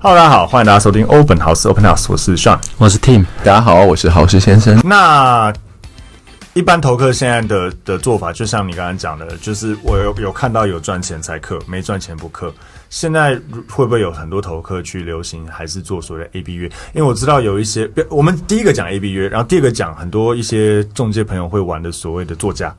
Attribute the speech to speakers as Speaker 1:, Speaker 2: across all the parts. Speaker 1: Hello，大家好，欢迎大家收听 Open House Open House，我是 Sean。
Speaker 2: 我是 Tim，
Speaker 3: 大家好，我是豪士先生。
Speaker 1: 那一般投客现在的的做法，就像你刚刚讲的，就是我有有看到有赚钱才氪，没赚钱不氪。现在如会不会有很多投客去流行，还是做所谓的 A B 约？因为我知道有一些，不我们第一个讲 A B 约，然后第二个讲很多一些中介朋友会玩的所谓的作价，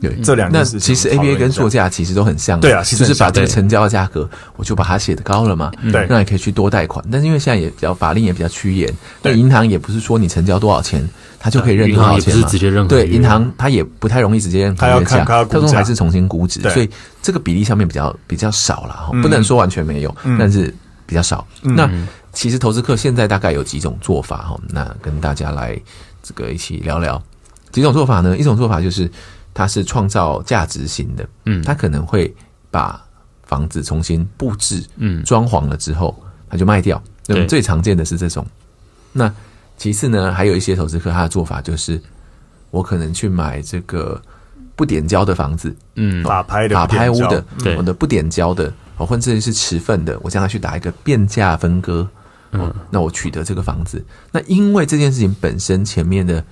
Speaker 3: 对，
Speaker 1: 这两
Speaker 3: 嗯那
Speaker 1: 件事情
Speaker 3: 其实
Speaker 1: 我
Speaker 3: A
Speaker 1: 们讨论
Speaker 3: B A
Speaker 1: 一
Speaker 3: 跟
Speaker 1: 下
Speaker 3: 作价其实都很像的，
Speaker 1: 对啊其实
Speaker 3: 就
Speaker 1: 很
Speaker 3: 是把
Speaker 1: 像
Speaker 3: 这个
Speaker 2: 对
Speaker 3: 成交价格，我就把它写得高了嘛，
Speaker 1: 对
Speaker 3: 让你可以去多贷款。但是因为现在也比较法令也比较趋严，那
Speaker 1: 对呃
Speaker 3: 银行也不是说你成交多少钱，它就可以认
Speaker 2: 银
Speaker 3: 多
Speaker 2: 行
Speaker 3: 少
Speaker 2: 也不
Speaker 3: 钱
Speaker 2: 是
Speaker 3: 嘛。
Speaker 2: 直接认可
Speaker 3: 对，
Speaker 2: 约
Speaker 3: 银行它也不太容易直接认可
Speaker 1: 它要
Speaker 3: 约
Speaker 1: 看
Speaker 3: 价，
Speaker 1: 它要估
Speaker 3: 最终
Speaker 1: 价
Speaker 3: 还是重新估值
Speaker 1: 对，
Speaker 3: 所以这个比例上面比较比较少了哈
Speaker 1: 嗯，
Speaker 3: 不能说完全没有，
Speaker 1: 嗯
Speaker 3: 但是比较少。那其实投资客现在大概有几种做法哈，那跟大家来这个一起聊聊。几种做法呢？一种做法就是它是创造价值型的，
Speaker 2: 嗯
Speaker 3: 它可能会把房子重新布置，
Speaker 2: 嗯
Speaker 3: 装潢了之后，它就卖掉。那么
Speaker 2: 对
Speaker 3: 最常见的是这种。那其次呢，还有一些投资客他的做法就是，我可能去买这个不点交的房子，
Speaker 2: 嗯
Speaker 1: 法拍的
Speaker 3: 法拍屋
Speaker 1: 不点
Speaker 3: 的
Speaker 1: 交，
Speaker 2: 对
Speaker 3: 我的不点交的，哦，或者是持份的，我将它去打一个变价分割，嗯，那我取得这个房子。那因为这件事情本身前面的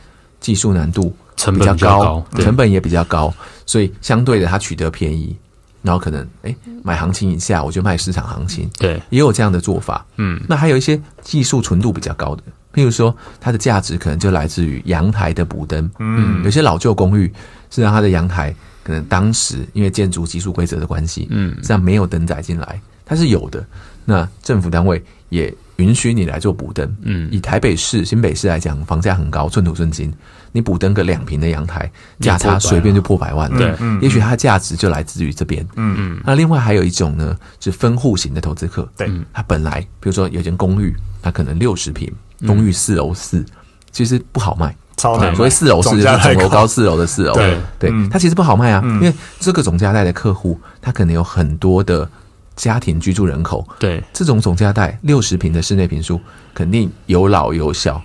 Speaker 3: 技术难度
Speaker 2: 成
Speaker 3: 比
Speaker 2: 本
Speaker 3: 较
Speaker 2: 比较高对
Speaker 3: 成本也比较高，所以相对的它取得便宜，然后可能哎买行情以下，我就卖市场行情，
Speaker 2: 对，
Speaker 3: 也有这样的做法。
Speaker 2: 嗯
Speaker 3: 那还有一些技术纯度比较高的，譬如说它的价值可能就来自于阳台的补灯。嗯，有些老旧公寓是让它的阳台可能当时因为建筑技术规则的关系，
Speaker 2: 嗯
Speaker 3: 这样没有灯载进来，它是有的。那政府单位也允许你来做补灯。
Speaker 2: 嗯
Speaker 3: 以台北市、新北市来讲，房价很高，寸土寸金，你补登个两平的阳台，
Speaker 2: 破百
Speaker 3: 价差
Speaker 2: 了
Speaker 3: 随便就破百万了。
Speaker 2: 对
Speaker 1: 嗯
Speaker 3: 也许它的价值就来自于这边。
Speaker 1: 嗯
Speaker 2: 嗯
Speaker 3: 那另外还有一种呢，是分户型的投资客。
Speaker 1: 对
Speaker 3: 嗯，他本来比如说有间公寓，它可能六十平，
Speaker 2: 嗯
Speaker 3: 公寓四楼四，其实不好卖。
Speaker 1: 超难卖，
Speaker 3: 所谓四楼
Speaker 1: 哦
Speaker 3: 是
Speaker 1: 总
Speaker 3: 就是
Speaker 1: 价
Speaker 3: 总
Speaker 1: 太
Speaker 3: 楼高，四楼的四楼，
Speaker 1: 对
Speaker 3: 对
Speaker 1: 嗯，
Speaker 3: 它其实不好卖啊，因为这个总价带的客户，他可能有很多的家庭居住人口，
Speaker 2: 对，
Speaker 3: 这种总价带六十平的室内平数，肯定有老有小，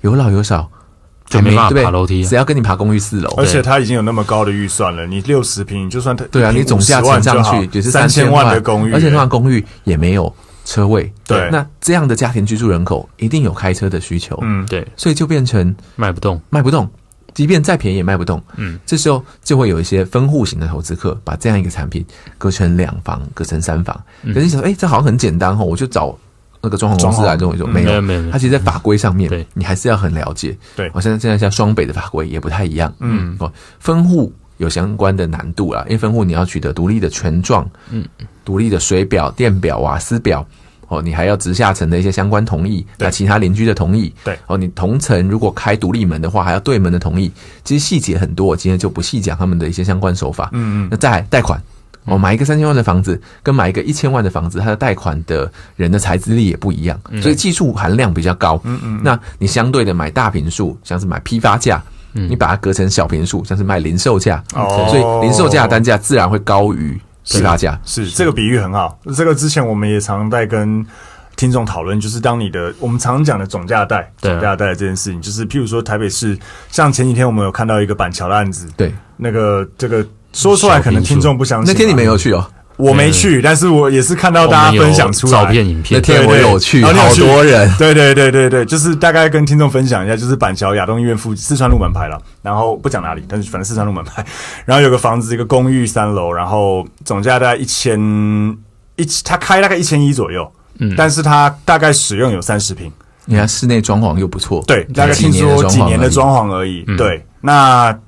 Speaker 3: 有老有少，
Speaker 2: 就
Speaker 3: 还
Speaker 2: 没办法
Speaker 3: 对不对
Speaker 2: 爬楼梯啊
Speaker 3: 谁要跟你爬公寓四楼？
Speaker 1: 而且他已经有那么高的预算了，你六十平，就算他
Speaker 3: 对啊，
Speaker 1: 一平
Speaker 3: 你总价
Speaker 1: 50万
Speaker 3: 乘上去
Speaker 1: 就
Speaker 3: 也是
Speaker 1: 三
Speaker 3: 千
Speaker 1: 万的公寓，
Speaker 3: 而且那公寓也没有车位。
Speaker 1: 对
Speaker 3: 那这样的家庭居住人口一定有开车的需求，
Speaker 1: 嗯，
Speaker 2: 对，
Speaker 3: 所以就变成
Speaker 2: 卖不动，
Speaker 3: 卖不动，即便再便宜也卖不动。
Speaker 2: 嗯，
Speaker 3: 这时候就会有一些分户型的投资客把这样一个产品隔成两房，隔成三房，
Speaker 1: 嗯
Speaker 3: 可是你想说，哎、这好像很简单哦，我就找。那个装潢公司来
Speaker 1: 装潢
Speaker 3: 跟我说
Speaker 1: 嗯
Speaker 3: 没
Speaker 2: 没有
Speaker 3: 有，
Speaker 2: 没有没有
Speaker 3: 它其实，在法规上面，
Speaker 2: 对
Speaker 3: 你还是要很了解。
Speaker 1: 对
Speaker 3: 我现在现在像双北的法规也不太一样，嗯，哦，分户有相关的难度啦，因为分户你要取得独立的权状，嗯，独立的水表、电表、瓦斯表，哦，你还要直下层的一些相关同意，
Speaker 1: 对
Speaker 3: 那其他邻居的同意，
Speaker 1: 对
Speaker 3: 哦，你同层如果开独立门的话，还要对门的同意，其实细节很多，我今天就不细讲他们的一些相关手法，
Speaker 1: 嗯嗯，嗯
Speaker 3: 那再来贷款。我、哦、买一个三千万的房子，跟买一个一千万的房子，它的贷款的人的财资力也不一样，
Speaker 1: 嗯
Speaker 3: 所以技术含量比较高。嗯嗯，那你相对的买大平数，像是买批发价，你把它隔成小平数，像是卖零售价，
Speaker 1: 嗯哦
Speaker 3: 所以零售价的单价自然会高于批发价。
Speaker 1: 是这个比喻很好。这个之前我们也常在跟听众讨论，就是当你的我们常讲的总价带、
Speaker 2: 对啊
Speaker 1: 总价带这件事情，就是譬如说台北市，像前几天我们有看到一个板桥的案子，
Speaker 3: 对，
Speaker 1: 那个这个说出来可能听众不相信啊。
Speaker 3: 那天你没有去哦，
Speaker 1: 我没去，但是我也是看到大家分享出来
Speaker 2: 我们有照片、影片，
Speaker 3: 那天我
Speaker 1: 对对
Speaker 3: 有去，
Speaker 1: 然后你有
Speaker 3: 好
Speaker 1: 去
Speaker 3: 多人。
Speaker 1: 对对对对对，就是大概跟听众分享一下，就是板桥亚东医院附四川路门牌了，然后不讲哪里，但是反正四川路门牌，然后有个房子，一个公寓三楼，然后总价大概一千一，他开大概一千一左右，嗯，但是他大概使用有三十平，
Speaker 3: 你看室内装潢又不错，
Speaker 1: 对，大概听
Speaker 3: 几年的
Speaker 1: 说
Speaker 3: 装
Speaker 1: 几
Speaker 3: 潢啊
Speaker 1: 年
Speaker 3: 而
Speaker 1: 的
Speaker 3: 已
Speaker 1: 装潢而已，对，那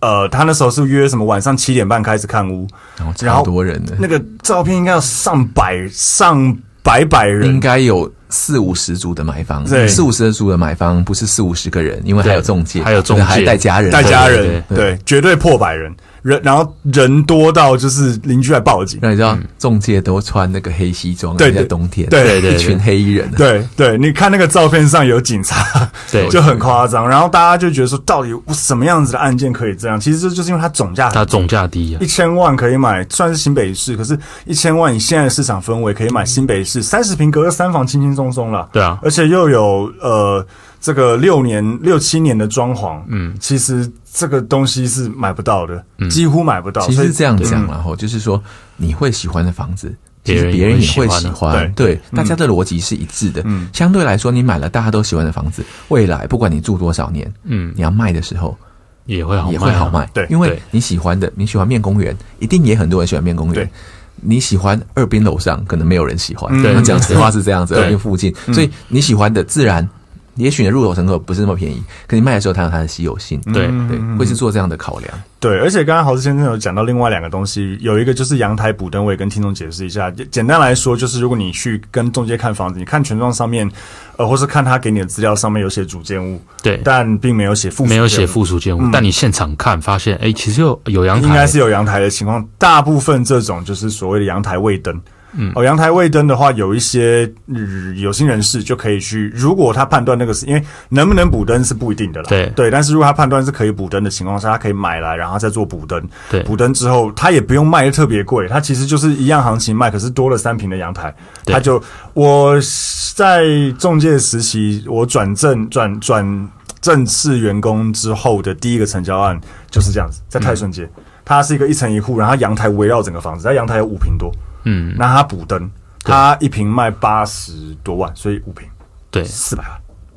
Speaker 1: 呃，他那时候是约什么晚上七点半开始看屋，
Speaker 3: 然后
Speaker 1: 然
Speaker 3: 超
Speaker 1: 后
Speaker 3: 多人的，
Speaker 1: 那个照片应该有上百上百百人，
Speaker 3: 应该有四五十组的买方
Speaker 1: 对，
Speaker 3: 四五十组的买方不是四五十个人，因为还有中介，
Speaker 2: 对还有中介
Speaker 3: 还带家人，
Speaker 1: 带家
Speaker 2: 对
Speaker 1: 人，
Speaker 3: 对
Speaker 1: 对，绝对破百人，人然后人多到就是邻居来报警，
Speaker 3: 那你知道中介都穿那个黑西装，
Speaker 1: 嗯对
Speaker 3: 而且在
Speaker 1: 对
Speaker 3: 冬天，
Speaker 1: 对
Speaker 2: 对对
Speaker 3: 一群黑衣人，
Speaker 1: 对对，你看那个照片上有警察，
Speaker 2: 对
Speaker 1: 就很夸张，然后大家就觉得说，到底什么样子的案件可以这样？其实这就是因为它总价
Speaker 2: 它总价低啊
Speaker 1: 一，千万可以买，算是新北市，可是一千万以现在的市场氛围可以买新北市三十平隔个三房，轻轻松松了。
Speaker 2: 对啊
Speaker 1: 而且又有呃这个六年六七年的装潢，嗯，其实这个东西是
Speaker 2: 哦
Speaker 1: 买不到的，几乎买不到。
Speaker 3: 其
Speaker 1: 所
Speaker 3: 实
Speaker 1: 以
Speaker 2: 嗯
Speaker 3: 是这样讲然后就是说你会喜欢的房子，其实别人也会喜
Speaker 2: 别人也会喜
Speaker 3: 欢
Speaker 1: 欢，
Speaker 3: 对，
Speaker 2: 嗯
Speaker 3: 大家的逻辑是一致的。
Speaker 1: 嗯
Speaker 3: 相对来说，你买了大家都喜欢的房子，未来不管你住多少年，
Speaker 2: 嗯，
Speaker 3: 你要卖的时候
Speaker 2: 也会好
Speaker 3: 也
Speaker 2: 卖啊
Speaker 3: 会好卖，
Speaker 1: 对
Speaker 3: 因为
Speaker 2: 对
Speaker 3: 你喜欢的，你喜欢面公园，一定也很多人喜欢面公园
Speaker 1: 对。
Speaker 3: 你喜欢二滨楼上，可能没有人喜欢。
Speaker 2: 嗯对
Speaker 3: 那讲实话是这样子，
Speaker 2: 对嗯
Speaker 3: 二滨附近，所以你喜欢的自然，也许你的入手成本不是那么便宜，可你卖的时候它有它的稀有性，
Speaker 2: 对
Speaker 3: 对，会是做这样的考量。
Speaker 1: 对，而且刚刚豪斯先生有讲到另外两个东西，有一个就是阳台补灯，我也跟听众解释一下。简简单来说，就是如果你去跟中介看房子，你看权状上面，呃，或是看他给你的资料上面有写主建物，
Speaker 2: 对，
Speaker 1: 但并没有写附属建物，
Speaker 2: 没有写附属建物，但你现场看发现，哎，其实有有阳台，
Speaker 1: 应该是有阳台的情况。大部分这种就是所谓的阳台卫灯。嗯，哦，阳台卫灯的话，有一些、呃有心人士就可以去，如果他判断那个是因为能不能补灯是不一定的啦，
Speaker 2: 对
Speaker 1: 对，但是如果他判断是可以补灯的情况下，他可以买来，然后再做补灯，
Speaker 2: 对
Speaker 1: 补灯之后他也不用卖的特别贵，他其实就是一样行情卖，可是多了三平的阳台，
Speaker 2: 对
Speaker 1: 他就我在中介时期，我转正转转正式员工之后的第一个成交案就是这样子，在泰顺街，
Speaker 2: 嗯
Speaker 1: 它是一个一层一户，然后阳台围绕整个房子，它阳台有五平多，
Speaker 2: 嗯，
Speaker 1: 那它补灯，它一平卖八十多万，所以五平
Speaker 2: 对，
Speaker 1: 四百万。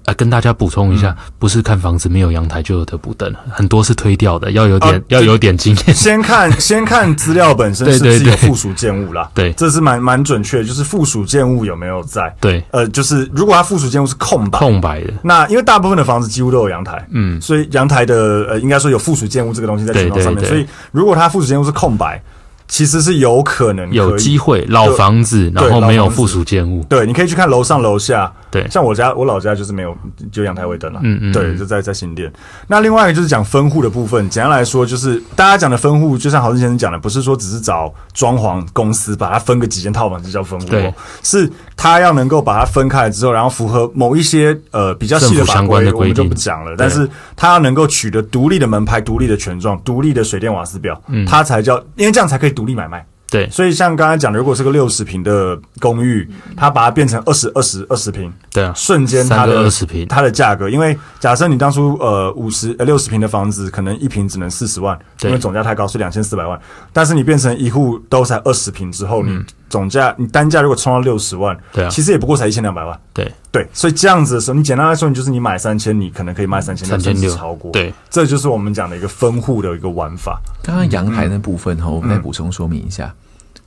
Speaker 2: 啊，跟大家补充一下，不是看房子没有阳台就有的补灯，很多是推掉的，要有点、
Speaker 1: 啊
Speaker 2: 要有点经验。
Speaker 1: 先 看先看资料本身
Speaker 2: 对
Speaker 1: 是不是
Speaker 2: 对
Speaker 1: 有
Speaker 2: 对
Speaker 1: 附属建物啦，
Speaker 2: 对
Speaker 1: 这是蛮蛮准确，就是附属建物有没有在。
Speaker 2: 对，
Speaker 1: 呃，就是如果它附属建物是空白，
Speaker 2: 空白的，
Speaker 1: 那因为大部分的房子几乎都有阳台，
Speaker 2: 嗯
Speaker 1: 所以阳台的呃，应该说有附属建物这个东西在
Speaker 2: 对
Speaker 1: 形状上面，
Speaker 2: 对对
Speaker 1: 所以如果它附属建物是空白，其实是有可能
Speaker 2: 有
Speaker 1: 可以
Speaker 2: 机会老房子，然后没有附属建物，
Speaker 1: 对，你可以去看楼上楼下。
Speaker 2: 对
Speaker 1: 像我家，我老家就是没有，就阳台会灯了。啊
Speaker 2: 嗯嗯
Speaker 1: 对，
Speaker 2: 嗯
Speaker 1: 就在在新店。那另外一个就是讲分户的部分，简单来说就是大家讲的分户，就像豪生先生讲的，不是说只是找装潢公司把它分个几间套房就叫分户
Speaker 2: 对
Speaker 1: 哦，是他要能够把它分开来之后，然后符合某一些呃比较细的
Speaker 2: 政府
Speaker 1: 法
Speaker 2: 相关
Speaker 1: 规，
Speaker 2: 的
Speaker 1: 我们
Speaker 2: 规
Speaker 1: 就
Speaker 2: 定
Speaker 1: 不讲了。但是他要能够取得独立的门牌、独立的权状、独立的水电瓦斯表，
Speaker 2: 嗯
Speaker 1: 他才叫，因为这样才可以独立买卖。
Speaker 2: 对
Speaker 1: 所以像刚才讲的，如果是个六十平的公寓，它把它变成二十二十二十平，
Speaker 2: 对啊，
Speaker 1: 瞬间它
Speaker 2: 三个
Speaker 1: 的
Speaker 2: 二十平，
Speaker 1: 它的价格，因为假设你当初呃五十呃六十平的房子，可能一平只能四十万，
Speaker 2: 对
Speaker 1: 因为总价太高，是两千四百万。但是你变成一户都才二十平之后，你总价你单价如果冲到六十万，
Speaker 2: 嗯对啊
Speaker 1: 其实也不过才一千两百万。
Speaker 2: 对
Speaker 1: 对，所以这样子的时候，你简单来说，你就是你买三千，你可能可以卖三千六，甚
Speaker 2: 3600
Speaker 1: 至超过。
Speaker 2: 对，
Speaker 1: 这就是我们讲的一个分户的一个玩法。
Speaker 3: 刚刚阳台那部分哈，我们再补充说明一下。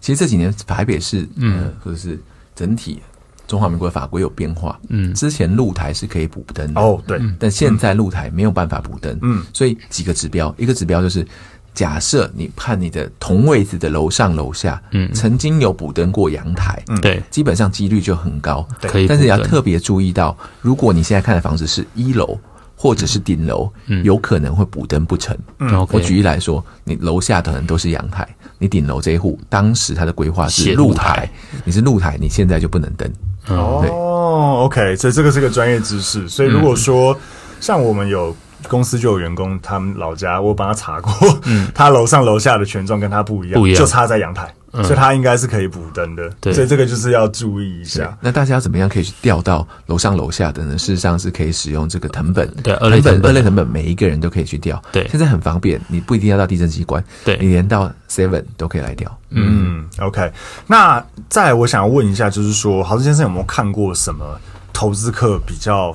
Speaker 3: 其实这几年台北市，嗯，或者是整体中华民国的法规有变化，嗯，之前露台是可以补灯的，
Speaker 1: 哦，
Speaker 2: 嗯
Speaker 1: 对，
Speaker 3: 但现在露台没有办法补灯，
Speaker 1: 嗯，
Speaker 3: 所以几个指标，一个指标就是。假设你看你的同位置的楼上楼下，嗯，曾经有补灯过阳台，嗯，
Speaker 2: 对，
Speaker 3: 基本上几率就很高，
Speaker 1: 对
Speaker 2: 可以补灯，
Speaker 3: 但是也要特别注意到，如果你现在看的房子是一楼或者是顶楼，有可能会补灯不成。
Speaker 2: 嗯 OK
Speaker 3: 我举例来说，你楼下可能都是阳台，你顶楼这一户当时它的规划是
Speaker 2: 写
Speaker 3: 露
Speaker 2: 露台
Speaker 3: 台，你是露台，你现在就不能登。
Speaker 2: 嗯
Speaker 3: 对
Speaker 1: 哦，OK，所以这个是个专业知识。所以如
Speaker 2: 嗯
Speaker 1: 果说、像我们有公司就有员工，他们老家我帮他查过， 他楼上楼下的权状跟他不一样，
Speaker 2: 嗯不一样嗯
Speaker 1: 就差在阳台，所以他应该是可以补灯的。
Speaker 2: 对
Speaker 1: 所以这个就是要注意一
Speaker 2: 啊
Speaker 1: 下。
Speaker 3: 那大家要怎么样可以去调到楼上楼下的呢？事实上是可以使用这个藤本，
Speaker 2: 对二类
Speaker 3: 藤
Speaker 2: 藤本啊
Speaker 3: 二类藤本每一个人都可以去调。
Speaker 2: 对
Speaker 3: 现在很方便，你不一定要到地震机关，
Speaker 2: 对
Speaker 3: 你连到 Seven 都可以来调。
Speaker 1: 嗯，OK。那再来我想要问一下，就是说，豪斯先生有没有看过什么投资客比较，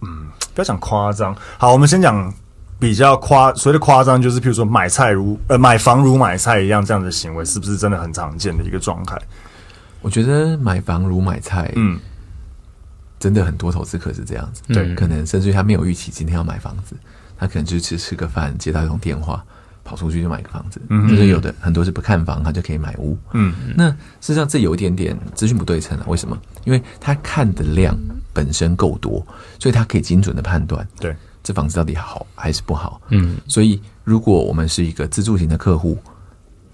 Speaker 1: 嗯，不要讲夸张。好，我们先讲比较夸，所谓的夸张，就是譬如说买菜如呃买房如买菜一样这样的行为，是不是真的很常见的一个状态？
Speaker 3: 我觉得买房如买菜，
Speaker 1: 嗯，
Speaker 3: 真的很多投资客是这样子，
Speaker 2: 对
Speaker 3: 可能甚至于他没有预期今天要买房子，他可能就只吃个饭，接到一通电话，跑出去就买个房子，就是有的很多是不看房，他就可以买屋，
Speaker 1: 嗯，
Speaker 3: 那事实上这有一点点资讯不对称啊，为什么？因为他看的量本身够多，所以他可以精准的判断，
Speaker 1: 对，
Speaker 3: 这房子到底好还是不好，
Speaker 2: 嗯，
Speaker 3: 所以如果我们是一个自住型的客户，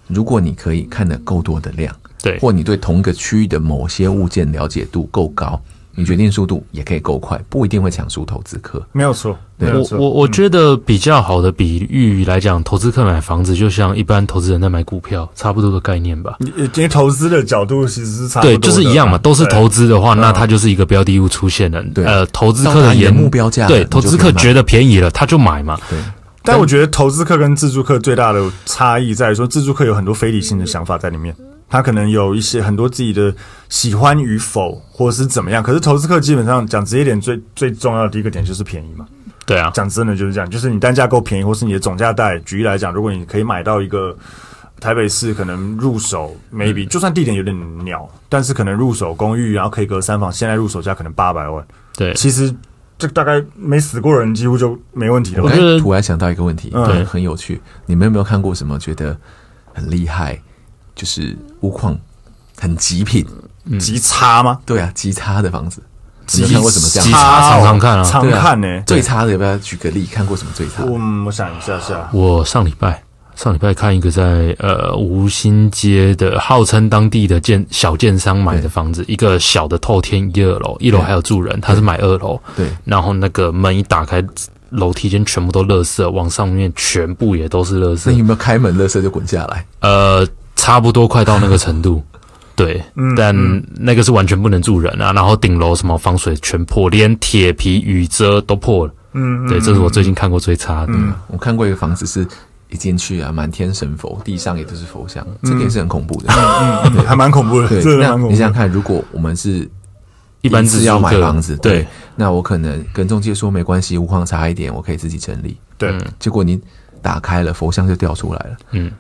Speaker 3: 如果你可以看的够多的量，
Speaker 2: 对
Speaker 3: 或你对同一个区域的某些物件了解度够高，
Speaker 1: 嗯
Speaker 3: 你决定速度也可以够快，不一定会抢输投资客。
Speaker 1: 没有错，没有
Speaker 2: 我
Speaker 1: 错。
Speaker 2: 我我
Speaker 3: 嗯
Speaker 2: 觉得比较好的比喻来讲，投资客买房子就像一般投资人在买股票，差不多的概念吧。
Speaker 1: 你因为投资的角度其实是差不多
Speaker 2: 对，
Speaker 1: 的
Speaker 2: 就是一样嘛，都是
Speaker 1: 对
Speaker 2: 投资的话，那它就是一个标的物出现了。
Speaker 3: 嗯对
Speaker 2: 呃，投资客
Speaker 3: 到达
Speaker 2: 的
Speaker 3: 你的
Speaker 2: 眼
Speaker 3: 目标价
Speaker 2: 对，
Speaker 3: 你就
Speaker 2: 投资
Speaker 3: 可以
Speaker 2: 客
Speaker 3: 买
Speaker 2: 觉得便宜了，他就买嘛。
Speaker 3: 对，
Speaker 1: 但我觉得投资客跟自助客最大的差异在于说，自助客有很多非理性的想法在里面，他可能有一些很多自己的喜欢与否，或者是怎么样。可是投资客基本上讲直接点最，最重要的第一个点就是便宜嘛。
Speaker 2: 对啊，
Speaker 1: 讲真的就是这样，就是你单价够便宜，或是你的总价带。举例来讲，如果你可以买到一个台北市可能入手 maybe，、就算地点有点鸟，但是可能入手公寓，然后可以隔三房，现在入手价可能八百万，
Speaker 2: 对，
Speaker 1: 其实这大概没死过人几乎就没问题了
Speaker 3: 我
Speaker 1: 吧
Speaker 2: 觉
Speaker 3: 刚。才
Speaker 2: 得
Speaker 3: 哎突然想到一个问题，
Speaker 1: 嗯
Speaker 3: 对，很有趣。你们有没有看过什么觉得很厉害，就是屋况很极品？
Speaker 1: 极差吗？
Speaker 3: 对啊，极差的房子，
Speaker 1: 极
Speaker 3: 你有看过什么这样？
Speaker 1: 差哦
Speaker 2: 极差常常看啊
Speaker 1: 常
Speaker 3: 对啊
Speaker 1: 看呢、
Speaker 3: 最差的要不要举个例？看过什么最差的？
Speaker 1: 嗯，我想一下下，
Speaker 2: 我上礼拜上礼拜看一个在呃吴兴街的号称当地的建小建商买的房子，一个小的透天一二楼，一楼
Speaker 3: 对
Speaker 2: 还有住人，他是买二楼，
Speaker 3: 对，
Speaker 2: 然后那个门一打开，楼梯间全部都垃圾，往上面全部也都是垃
Speaker 3: 那你
Speaker 2: 圾，
Speaker 3: 有没有开门，垃圾就滚下来？
Speaker 2: 呃，差不多快到那个程度。对，但那个是完全不能住人啊。然后顶楼什么防水全破，连铁皮雨遮都破了。
Speaker 1: 嗯，
Speaker 2: 对，这是我最近看过最差的。
Speaker 3: 我看过一个房子是。一进去啊，满天神佛，地上也都是佛像，这个也是很恐怖的。
Speaker 1: 嗯还蛮恐怖的，
Speaker 3: 对，
Speaker 1: 真的
Speaker 3: 那
Speaker 1: 蛮恐怖
Speaker 3: 你想想
Speaker 1: 的。
Speaker 3: 看，如果我们是
Speaker 2: 一般
Speaker 3: 是
Speaker 2: 自
Speaker 3: 要
Speaker 2: 住
Speaker 3: 买
Speaker 2: 客
Speaker 3: 房子，
Speaker 2: 对，，
Speaker 3: 那我可能跟中介说没关系，屋况差一点，我可以自己整理。
Speaker 1: 对，
Speaker 3: 结果你打开了，佛像就掉出来了，
Speaker 2: 嗯，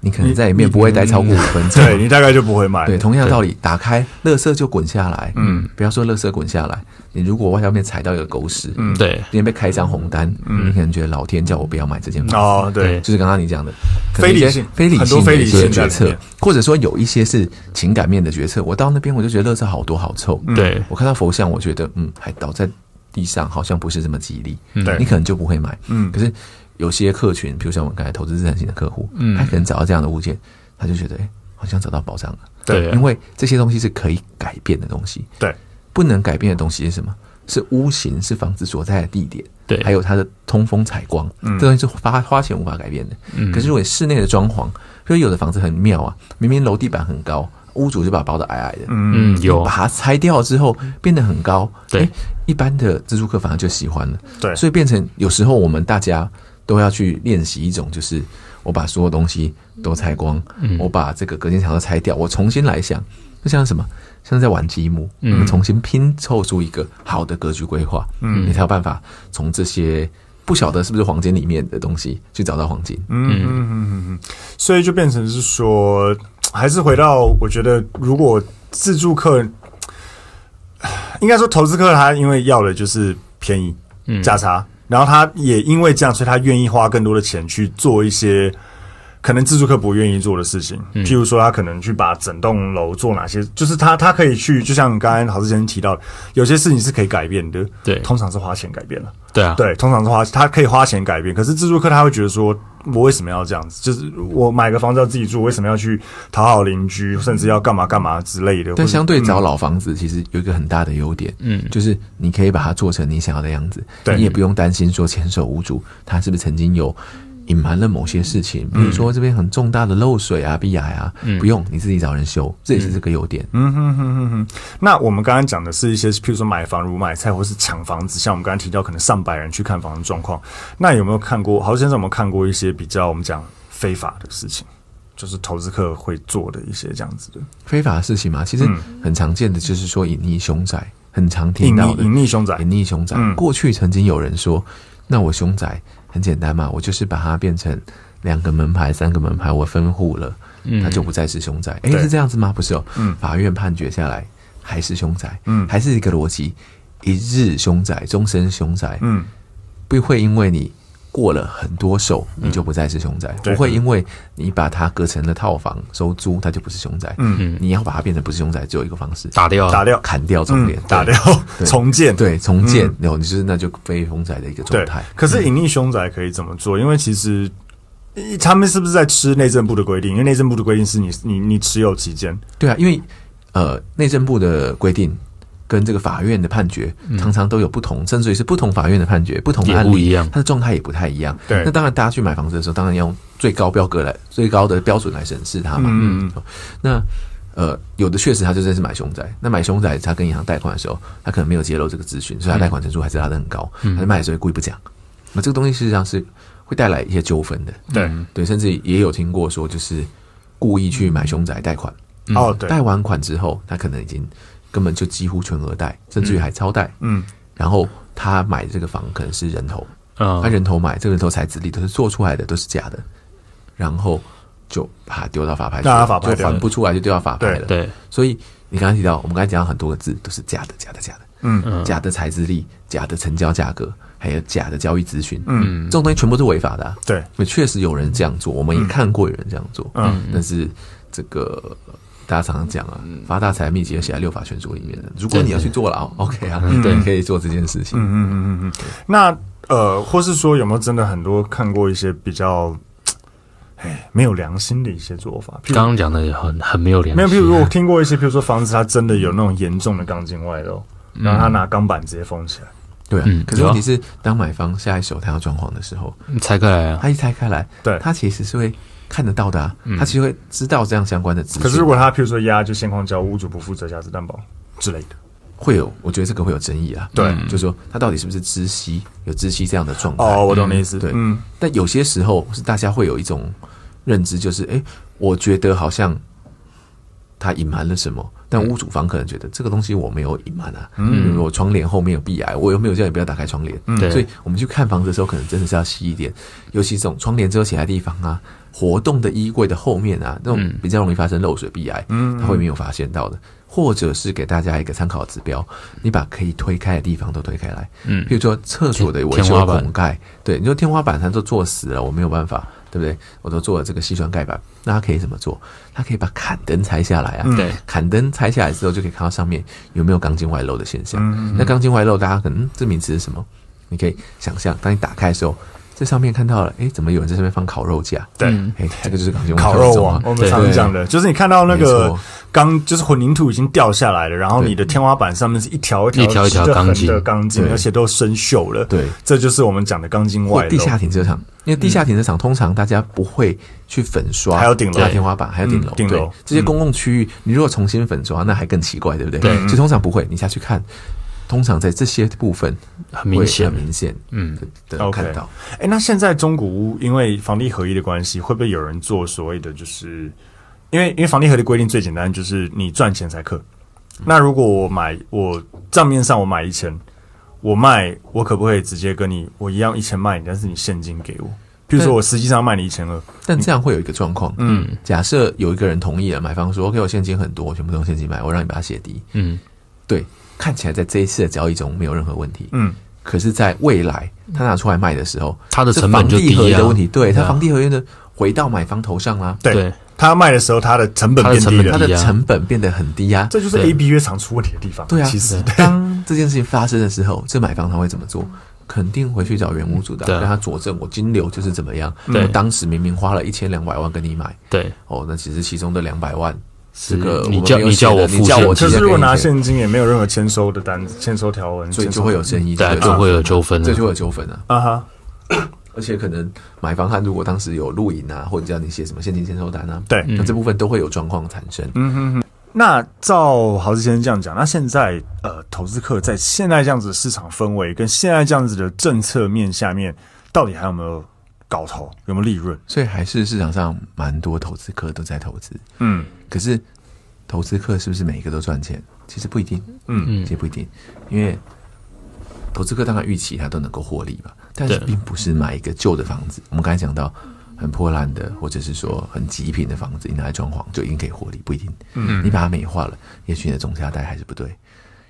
Speaker 3: 你可能在里面不会待超过五分钟。
Speaker 1: 对你大概就不会买。
Speaker 3: 嗯对，同样道理，打开垃圾就滚下来，嗯，不要说垃圾滚下来，你如果外面踩到一个狗屎，嗯，
Speaker 2: 对，
Speaker 3: 今天被开一张红单，你可能觉得老天叫我不要买这间房子。
Speaker 1: 哦，对
Speaker 2: 对，
Speaker 3: 就是刚刚你讲的可能
Speaker 1: 非理
Speaker 3: 一些
Speaker 1: 性
Speaker 3: 非理
Speaker 1: 很
Speaker 3: 性
Speaker 1: 多非
Speaker 3: 的
Speaker 1: 理
Speaker 3: 一些
Speaker 1: 性在
Speaker 3: 决
Speaker 1: 里
Speaker 3: 策
Speaker 1: 面，
Speaker 3: 或者说有一些是情感面的决策。我到那边我就觉得垃圾好多好臭，
Speaker 1: 嗯
Speaker 2: 对
Speaker 3: 我看到佛像，我觉得嗯，还倒在地上，好像不是这么吉利，
Speaker 1: 对
Speaker 3: 你可能就不会买。
Speaker 1: 嗯
Speaker 3: 可是有些客群，比如像我们刚才投资资产型的客户，嗯，他可能找到这样的物件，他就觉得哎、诶好像找到宝藏了，
Speaker 2: 对
Speaker 3: 因为这些东西是可以改变的东西，
Speaker 1: 对，
Speaker 3: 不能改变的东西是什么？是屋型，是房子所在的地点，
Speaker 2: 对嗯
Speaker 3: 还有它的通风采光，这东西是花花钱无法改变的。可是如果你室内的装潢，因为有的房子很妙啊，明明楼地板很高，屋主就把它包的矮矮的，
Speaker 2: 嗯，有
Speaker 3: 把它拆掉之后变得很高，
Speaker 2: 对
Speaker 3: 诶一般的自助客反而就喜欢了，
Speaker 1: 对
Speaker 3: 所以变成有时候我们大家都要去练习一种，就是我把所有东西都拆光，我把这个隔间墙都拆掉，我重新来想，就像什么，像在玩积木，我们重新拼凑出一个好的格局规划，嗯，你才有办法从这些不晓得是不是黄金里面的东西去找到黄金，嗯，
Speaker 1: 所以就变成是说，还是回到我觉得，如果自助客，应该说投资客，他因为要的就是便宜价差，然后他也因为这样，所以他愿意花更多的钱去做一些。可能自助客不愿意做的事情，譬如说他可能去把整栋楼做哪些，就是他他可以去，就像刚才郝志先生提到的，有些事情是可以改变的，
Speaker 2: 对
Speaker 1: 通常是花钱改变了。
Speaker 2: 对啊，
Speaker 1: 对，通常是花他可以花钱改变，可是自助客他会觉得说，我为什么要这样子？就是我买个房子要自己住，为什么要去讨好邻居，甚至要干嘛干嘛之类的？
Speaker 3: 嗯但
Speaker 1: 或者
Speaker 3: 相对找老房子，其实有一个很大的优点，嗯，就是你可以把它做成你想要的样子，
Speaker 1: 对
Speaker 3: 你也不用担心说前手无主，他是不是曾经有隐瞒了某些事情，
Speaker 1: 嗯
Speaker 3: 比如说这边很重大的漏水啊、壁癌啊，不用你自己找人
Speaker 1: 嗯
Speaker 3: 修，这也是这个优点。嗯，
Speaker 1: 那我们刚刚讲的是一些，譬如说买房如买菜，或是抢房子，像我们刚刚提到，可能上百人去看房的状况。那有没有看过？郝先生有没有看过一些比较我们讲非法的事情？就是投资客会做的一些这样子的
Speaker 3: 非法的事情嘛，其实很常见的就是说隐匿凶宅，很常听
Speaker 1: 嗯隐
Speaker 3: 到
Speaker 1: 匿
Speaker 3: 的
Speaker 1: 隐匿凶宅
Speaker 3: 隐，匿凶宅。
Speaker 1: 嗯
Speaker 3: 过去曾经有人说，那我凶宅很简单嘛，我就是把它变成两个门牌、三个门牌，我分户了，它就不再是凶宅。
Speaker 1: 嗯
Speaker 3: 诶，
Speaker 1: 对
Speaker 3: 是这样子吗？不是哦，
Speaker 1: 嗯
Speaker 3: 法院判决下来还是凶宅，
Speaker 1: 嗯
Speaker 3: 还是一个逻辑，一日凶宅，终身凶宅，
Speaker 1: 嗯，
Speaker 3: 不会因为你过了很多手，你就不再是凶宅；
Speaker 1: 嗯对
Speaker 3: 不会因为你把它隔成了套房收租，它就不是凶宅。
Speaker 1: 嗯
Speaker 3: 嗯，你要把它变成不是凶宅，只有一个方式，
Speaker 2: 打掉啊
Speaker 1: 打掉，
Speaker 3: 砍掉重
Speaker 1: 嗯
Speaker 3: 点，，
Speaker 1: 打
Speaker 3: 对
Speaker 1: 掉，重建，
Speaker 3: 对重建，然后你就是那就非凶宅的一个状
Speaker 1: 对
Speaker 3: 态。，
Speaker 1: 可是隐匿凶宅可以怎么做？因为其实一他们是不是在吃内政部的规定？因为内政部的规定是你你你持有期间，
Speaker 3: 对啊，因为呃，内政部的规定跟这个法院的判决常常都有不同，甚至于是不同法院的判决、不同的案
Speaker 2: 也
Speaker 3: 例
Speaker 2: 不一样
Speaker 3: 它的状态也不太一样。
Speaker 1: 对
Speaker 3: 那当然大家去买房子的时候，当然要用最高标格来、最高的标准来审视它嘛。
Speaker 1: 嗯
Speaker 3: 嗯，那。呃，有的确实他就真是买凶宅，那买凶宅他跟银行贷款的时候，他可能没有揭露这个资讯，所以他贷款成数还是拉得很高，他卖的时候故意不讲。那这个东西事实上是会带来一些纠纷的，
Speaker 1: 对
Speaker 3: 对，甚至也有听过说，就是故意去买凶宅贷款，
Speaker 1: 哦，对，
Speaker 3: 贷完款之后，他可能已经根本就几乎全额贷，甚至于还超贷。
Speaker 1: 嗯，
Speaker 3: 然后他买这个房可能是人头，他
Speaker 2: 嗯，
Speaker 3: 人头买，这个人头材质里都是做出来的，都是假的，然后就把它丢到法拍去
Speaker 1: 那
Speaker 3: 了，
Speaker 1: 他法拍
Speaker 3: 就
Speaker 1: 掉
Speaker 3: 还不出来就丢到法拍了。
Speaker 2: 对，
Speaker 3: 所以你刚才提到，我们刚才讲到很多个字都是假的，假的，假的，
Speaker 1: 嗯
Speaker 3: 假的材质力，假的成交价格，还有假的交易资讯，嗯，这种东西全部都违法的、啊。
Speaker 1: 对，
Speaker 3: 那确实有人这样做，我们也看过有人这样做，
Speaker 1: 嗯，
Speaker 3: 但是这个。大家常常讲啊，发大财秘籍有写在六法全书里面的。如果你要去做了啊，OK 啊，
Speaker 1: 嗯
Speaker 2: 对
Speaker 3: 你可以做这件事情。
Speaker 1: 那呃，或是说有没有真的很多看过一些比较，哎，没有良心的一些做法？譬如
Speaker 2: 刚刚讲的也很很没有联系，
Speaker 1: 没有，譬如我听过一些，譬如说房子它真的有那种严重的钢筋外露，然后他拿钢板直接封起来。
Speaker 3: 对啊，
Speaker 2: 嗯
Speaker 3: 可是问题
Speaker 2: 有啊
Speaker 3: 是，当买方下一手他要装潢的时候，
Speaker 2: 拆开来啊，
Speaker 3: 他一拆开来，
Speaker 1: 嗯对嗯
Speaker 3: 他其实是会看得到的、啊，他其实会知道这样相关的资讯。
Speaker 1: 可是如果他譬如说押就现况交，屋主不负责瑕疵担保之类的，
Speaker 3: 会有，我觉得这个会有争议啊。
Speaker 1: 对
Speaker 3: 就是说他到底是不是知悉有知悉这样的状态？
Speaker 1: 哦，我懂你意思，
Speaker 3: 对，
Speaker 1: 嗯，
Speaker 3: 但有些时候是大家会有一种认知，就是诶，我觉得好像他隐瞒了什么，但屋主方可能觉得这个东西我没有隐瞒啊，嗯，我窗帘后面有壁癌，我又没有叫你不要打开窗帘，嗯
Speaker 2: 对
Speaker 3: 所以我们去看房子的时候，可能真的是要细一点，尤其这种窗帘遮起来的地方啊。活动的衣柜的后面啊，那种比较容易发生漏水、壁癌，嗯，他会没有发现到的，或者是给大家一个参考指标，你把可以推开的地方都推开来，
Speaker 2: 嗯
Speaker 3: 譬如说厕所的维
Speaker 2: 天
Speaker 3: 修
Speaker 2: 花板
Speaker 3: 孔盖，对，你说天花板它都做死了，我没有办法，对不对？我都做了这个细砖盖板，那它可以怎么做？它可以把砍灯拆下来啊，
Speaker 2: 对，
Speaker 3: 砍灯拆下来之后就可以看到上面有没有钢筋外露的现象。那钢筋外露，大家可能、嗯这名词是什么？你可以想象，当你打开的时候，这上面看到了，诶，怎么有人在上面放烤肉架？
Speaker 1: 对。
Speaker 2: 嗯
Speaker 3: 诶，这个就是钢筋外
Speaker 1: 烤
Speaker 3: 露的
Speaker 1: 肉
Speaker 3: 状
Speaker 1: 网
Speaker 3: 况，
Speaker 1: 我们
Speaker 2: 对
Speaker 1: 常讲的，就是你看到那
Speaker 3: 没
Speaker 1: 个
Speaker 3: 错
Speaker 1: 钢，就是混凝土已经掉下来了，然后你的天花板上面是一条一条
Speaker 2: 一条一条
Speaker 1: 直得很
Speaker 2: 钢筋
Speaker 1: 的钢筋，
Speaker 3: 对
Speaker 1: 而且都生锈了。
Speaker 3: 对
Speaker 1: 这就是我们讲的钢筋
Speaker 3: 或
Speaker 1: 外露
Speaker 3: 地。下停车场，因为地下停车场通常大家不会去粉刷，
Speaker 1: 还有顶楼
Speaker 3: 大天花板，还有顶楼，
Speaker 1: 嗯嗯顶楼
Speaker 3: 对这些公共区域，你如果重新粉刷，那还更奇怪，对不对？
Speaker 2: 对
Speaker 3: 所以通常不会，你下去看，通常在这些部分
Speaker 2: 很明显
Speaker 3: 会很明显，嗯，的
Speaker 1: OK
Speaker 3: 看到。
Speaker 1: 哎，那现在中古屋因为房地合一的关系，会不会有人做所谓的就是，因为因为房地合一的规定最简单，就是你赚钱才克。那如果我买我账面上我买一千，我卖我可不可以直接跟你我一样一千卖你，但是你现金给我？譬如说
Speaker 3: 对
Speaker 1: 我实际上卖你一千二，
Speaker 3: 但这样会有一个状况，嗯，假设有一个人同意了，买方说 OK，我现金很多，我全部都用现金买，我让你把它写低，
Speaker 2: 嗯，
Speaker 3: 对，看起来在这一次的交易中没有任何问题，
Speaker 1: 嗯，
Speaker 3: 可是，在未来他拿出来卖的时候，
Speaker 2: 它的
Speaker 3: 这
Speaker 2: 成本就
Speaker 3: 房地合
Speaker 2: 低
Speaker 3: 约
Speaker 2: 啊
Speaker 3: 的问题，对
Speaker 2: 对
Speaker 3: 他
Speaker 2: 啊
Speaker 3: 房地合约的回到买方头上啦、
Speaker 1: 对
Speaker 2: 对
Speaker 1: 他卖的时候，他的成本
Speaker 2: 他的
Speaker 1: 变
Speaker 2: 成
Speaker 1: 低
Speaker 2: 本
Speaker 1: 了
Speaker 3: 它，
Speaker 2: 低
Speaker 3: 的
Speaker 2: 啊
Speaker 3: 成本变得很低啊。
Speaker 1: 这就是
Speaker 2: 对
Speaker 1: A B 约常出问题的地方。
Speaker 3: 对啊，
Speaker 1: 其实
Speaker 3: 当这件事情发生的时候，这买方他会怎么做？肯定回去找原屋主的啊，
Speaker 2: 对
Speaker 3: 让他佐证我金流就是怎么样。
Speaker 2: 对
Speaker 3: 我当时明明花了一千两百万跟你买，
Speaker 2: 对，
Speaker 3: 哦，那其实其中的两百万，
Speaker 2: 是
Speaker 3: 这个
Speaker 2: 你
Speaker 3: 我们
Speaker 2: 叫
Speaker 3: 没有
Speaker 2: 你叫
Speaker 3: 写的
Speaker 2: 我
Speaker 3: 你
Speaker 2: 付
Speaker 3: 叫
Speaker 1: 就
Speaker 2: 现
Speaker 3: 我直
Speaker 1: 是
Speaker 3: 接
Speaker 1: 如果
Speaker 3: 给你
Speaker 1: 拿
Speaker 3: 钱
Speaker 1: 现金，也没有任何签收的单、签收条文，
Speaker 3: 所以
Speaker 1: 签收
Speaker 3: 就会有争议，
Speaker 2: 嗯对啊，
Speaker 3: 就
Speaker 2: 就
Speaker 3: 会
Speaker 2: 会
Speaker 3: 有
Speaker 2: 有纠纷
Speaker 3: 这就
Speaker 2: 了。
Speaker 3: 会有纠纷啊。
Speaker 1: 啊哈，
Speaker 3: 而且可能买方他如果当时有录影啊，或者叫你写什么现金签收单啊，
Speaker 1: 对
Speaker 2: 嗯
Speaker 3: 那这部分都会有状况产生。嗯，
Speaker 1: 那照豪志先生这样讲，那现在呃，投资客在现在这样子的市场氛围跟现在这样子的政策面下面，到底还有没有搞头，有没有利润？
Speaker 3: 所以还是市场上蛮多投资客都在投资，
Speaker 1: 嗯，
Speaker 3: 可是投资客是不是每一个都赚钱？其实不一定，
Speaker 1: 嗯
Speaker 3: 其实不一定，因为投资客当然预期他都能够获利嘛，但是
Speaker 2: 对
Speaker 3: 并不是买一个旧的房子。我们刚才讲到很破烂的，或者是说很极品的房子，你拿来装潢就已经可以获利，不一定。嗯，你把它美化了，也许你的总价带还是不对，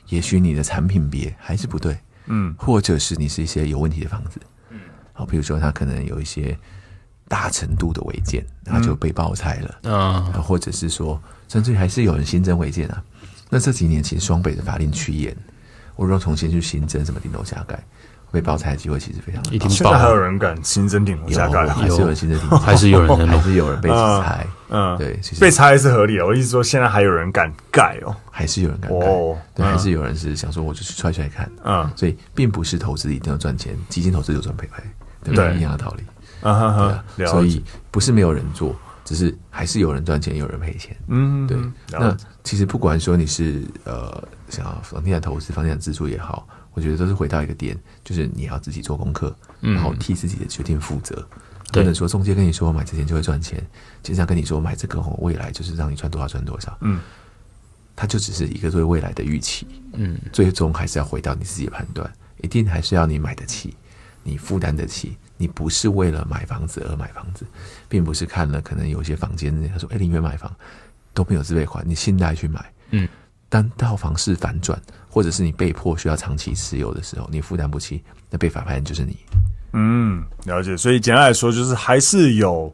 Speaker 3: 也许你的产品别还是不对，
Speaker 1: 嗯，
Speaker 3: 或者是你是一些有问题的房子，嗯，好，比如说它可能有一些大程度的违建，它就被爆拆了。
Speaker 2: 嗯，
Speaker 3: 啊，或者是说，甚至于还是有人新增违建啊。那这几年其实双北的法令趋严，我若重新去新增什么顶楼加盖，被爆拆的机会其实非常
Speaker 2: 一
Speaker 3: 的
Speaker 2: 定
Speaker 1: 现
Speaker 2: 爆
Speaker 1: 在还有
Speaker 2: 啊，
Speaker 1: 人敢新增顶楼
Speaker 3: 有
Speaker 1: 加盖的
Speaker 3: 还是有人新增顶楼，
Speaker 2: 还 是有人在
Speaker 3: 还
Speaker 2: 弄，
Speaker 3: 是有人被拆，
Speaker 1: 嗯，
Speaker 3: 对，其实
Speaker 1: 被拆是合理哦的。我意思说，现在还有人敢盖哦。
Speaker 3: 还是有人敢
Speaker 1: 哦
Speaker 3: 盖，
Speaker 1: 嗯
Speaker 3: 对，还是有人是想说我就去踹踹看，
Speaker 1: 嗯
Speaker 3: 所以并不是投资一定要赚钱，基金投资就赚赔赔，对不
Speaker 1: 对
Speaker 3: 对？一样的道理，
Speaker 1: 啊哈
Speaker 3: 对
Speaker 1: 哈
Speaker 3: 啊，
Speaker 1: 了解
Speaker 3: 所以不是没有人做，只是还是有人赚钱，有人赔钱，
Speaker 1: 嗯，
Speaker 3: 对，
Speaker 1: 了
Speaker 3: 那
Speaker 1: 解
Speaker 3: 其实不管说你是呃想要房地产投资、房地产自住也好，我觉得都是回到一个点，就是你要自己做功课，然后替自己的决定负责。或
Speaker 2: 对
Speaker 3: 者说中介跟你说我买这间就会赚钱，经常跟你说我买这个哦，未来就是让你赚多少赚多少，
Speaker 1: 嗯，
Speaker 3: 它就只是一个对未来的预期，
Speaker 2: 嗯，
Speaker 3: 最终还是要回到你自己的判断，一定还是要你买得起，你负担得起，你不是为了买房子而买房子，并不是看了可能有些房间他说哎零元买房都没有自备款，你信贷去买，
Speaker 2: 嗯，
Speaker 3: 当到房市反转，或者是你被迫需要长期持有的时候，你负担不起，那被法拍人就是你，
Speaker 1: 嗯，了解。所以简单来说，就是还是有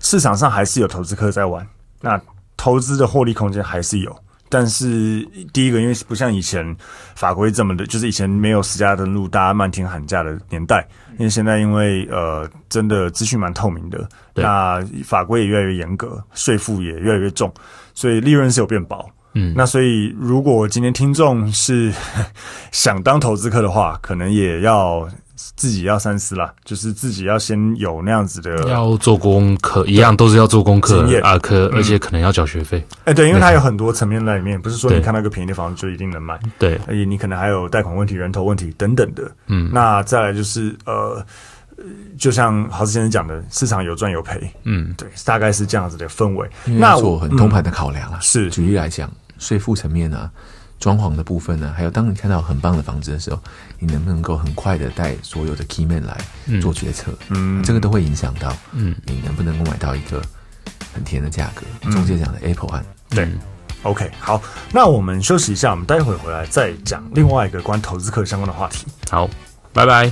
Speaker 1: 市场上还是有投资客在玩，那投资的获利空间还是有。但是第一个，因为不像以前法规这么的，就是以前没有私家登录，大家漫天喊价的年代。因为现在因为呃，真的资讯蛮透明的，
Speaker 2: 对
Speaker 1: 那法规也越来越严格，税负也越来越重，所以利润是有变薄。
Speaker 2: 嗯
Speaker 1: 那所以如果今天听众是 想当投资客的话，可能也要自己要三思啦，就是自己要先有那样子的，
Speaker 2: 要做功课，一样都是要做功课
Speaker 1: 经验
Speaker 2: 啊，可
Speaker 3: 嗯
Speaker 2: 而且可能要缴学费，
Speaker 1: 哎，对，因为它有很多层面在里面，不是说你
Speaker 2: 对
Speaker 1: 看到一个便宜的房子就一定能买，
Speaker 2: 对，
Speaker 1: 而且你可能还有贷款问题、人头问题等等的。嗯，那再来就是呃，就像豪斯先生讲的，市场有赚有赔，
Speaker 2: 嗯，
Speaker 1: 对，大概是这样子的氛围。
Speaker 3: 因为
Speaker 1: 那
Speaker 3: 要做很通盘的考量啊。
Speaker 1: 嗯是
Speaker 3: 举例来讲，税负层面啊，装潢的部分呢、还有当你看到很棒的房子的时候，你能不能够很快的带所有的 key man 来做决策？
Speaker 1: 嗯
Speaker 3: 这个都会影响到，
Speaker 2: 嗯，
Speaker 3: 你能不能够买到一个很甜的价格？中介讲的 Apple 案，
Speaker 1: 对
Speaker 2: 嗯
Speaker 1: OK，好，那我们休息一下，我们待会回来再讲另外一个关投资客相关的话题。
Speaker 2: 好，拜拜。